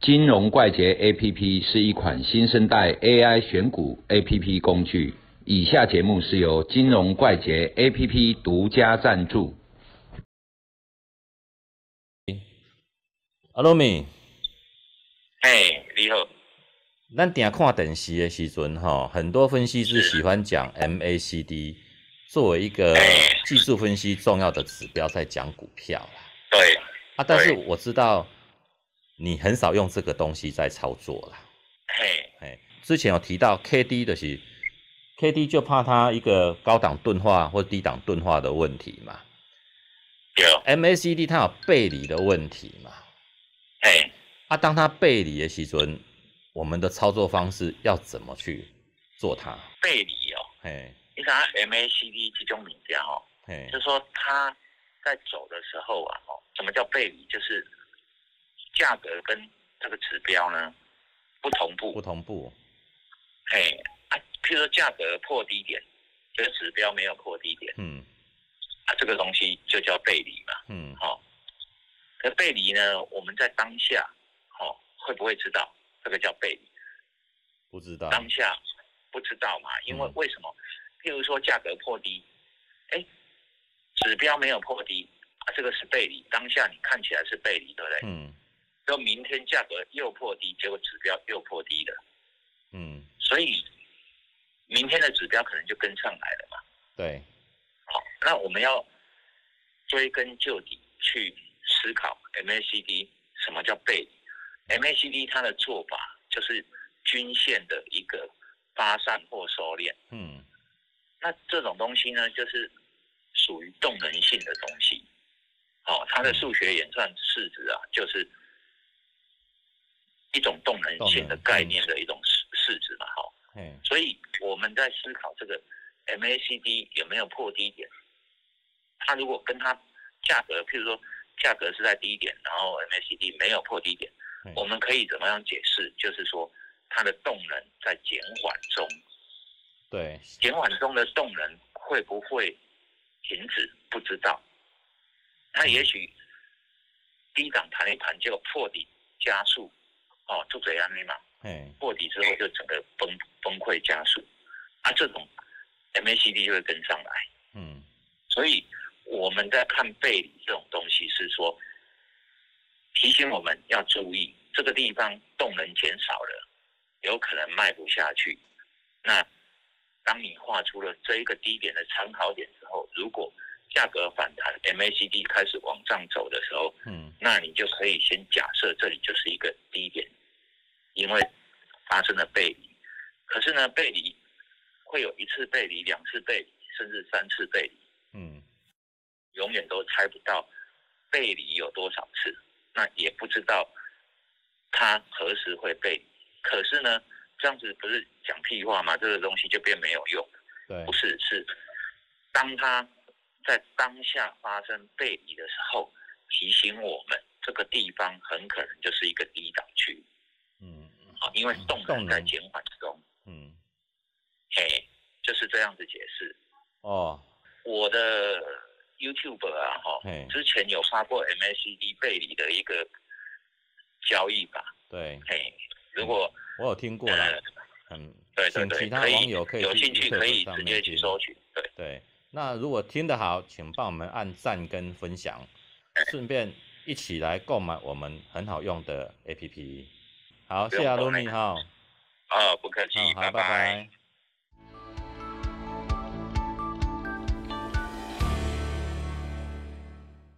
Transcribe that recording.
金融怪杰 APP 是一款新生代 AI 选股 APP 工具。以下节目是由金融怪杰 APP 独家赞助。阿罗米，哎，你好，咱定看电视的时阵吼，很多分析师喜欢讲 MACD 作为一个技术分析重要的指标在讲股票啦。对，啊，但是我知道你很少用这个东西在操作啦。嘿，哎，之前有提到 KD 的是 KD 就怕它一个高档钝化或低档钝化的问题嘛对， ，MACD 它有背离的问题嘛。嘿，啊，当它背离的时阵，我们的操作方式要怎么去做它？背离哦，嘿，你看 MACD 这种名家哦，嘿就，说它在走的时候啊，哦，什么叫背离？就是价格跟这个指标呢不同不步，同步，嘿，啊，譬如说价格破低点，就是指标没有破低点，嗯啊，这个东西就叫背离嘛，嗯哦，可背离呢，我们在当下，哦，会不会知道这个叫背离？不知道，当下不知道嘛，因为嗯为什么？譬如说价格破低，哎，指标没有破低，啊，这个是背离，当下你看起来是背离，对不对？嗯然后明天价格又破低，结果指标又破低了，嗯，所以明天的指标可能就跟上来了嘛。对，好，那我们要追根究底去思考 MACD 什么叫背离，MACD 它的做法就是均线的一个发散或收敛。嗯那这种东西呢，就是属于动能性的东西。哦，它的数学演算式值啊，就是一种动能性的动能概念的一种式式值嘛。好、嘿，所以我们在思考这个 MACD 有没有破低点。它如果跟它价格，譬如说价格是在低点，然后 MACD 没有破低点嗯，我们可以怎么样解释？就是说它的动能在减缓中。对，减缓中的动能会不会停止？不知道。那也许低档弹一弹，结果破底加速，哦，就这样的嘛。嘿，破底之后就整个崩崩溃加速，啊，这种 MACD 就会跟上来。嗯所以我们在看背离这种东西，是说提醒我们要注意这个地方动能减少了，有可能卖不下去。那当你画出了这一个低点的参考点之后，如果价格反弹，MACD 开始往上走的时候，嗯那你就可以先假设这里就是一个低点，因为发生了背离。可是呢，背离会有一次背离、两次背离，甚至三次背离。嗯永远都猜不到背离有多少次，那也不知道它何时会背离。可是呢，这样子不是讲屁话吗？这个东西就变没有用。对不，是，是当它在当下发生背离的时候，提醒我们这个地方很可能就是一个低档区嗯啊，因为动动能能在减缓中。嗯，嘿，就是这样子解释。哦，我的 YouTube 啊，哈嘿，之前有发过 MACD 背离的一个交易吧，对，嘿，如果我有听过呃了，，嗯，对对请对，其他可以网友可以有去兴趣 YouTube 可以上直面接去听搜取，对，对，那如果听得好，请帮我们按赞跟分享，顺便一起来购买我们很好用的 APP。好，不谢谢用阿购罗买密哈，啊，不客气好，，好，拜拜拜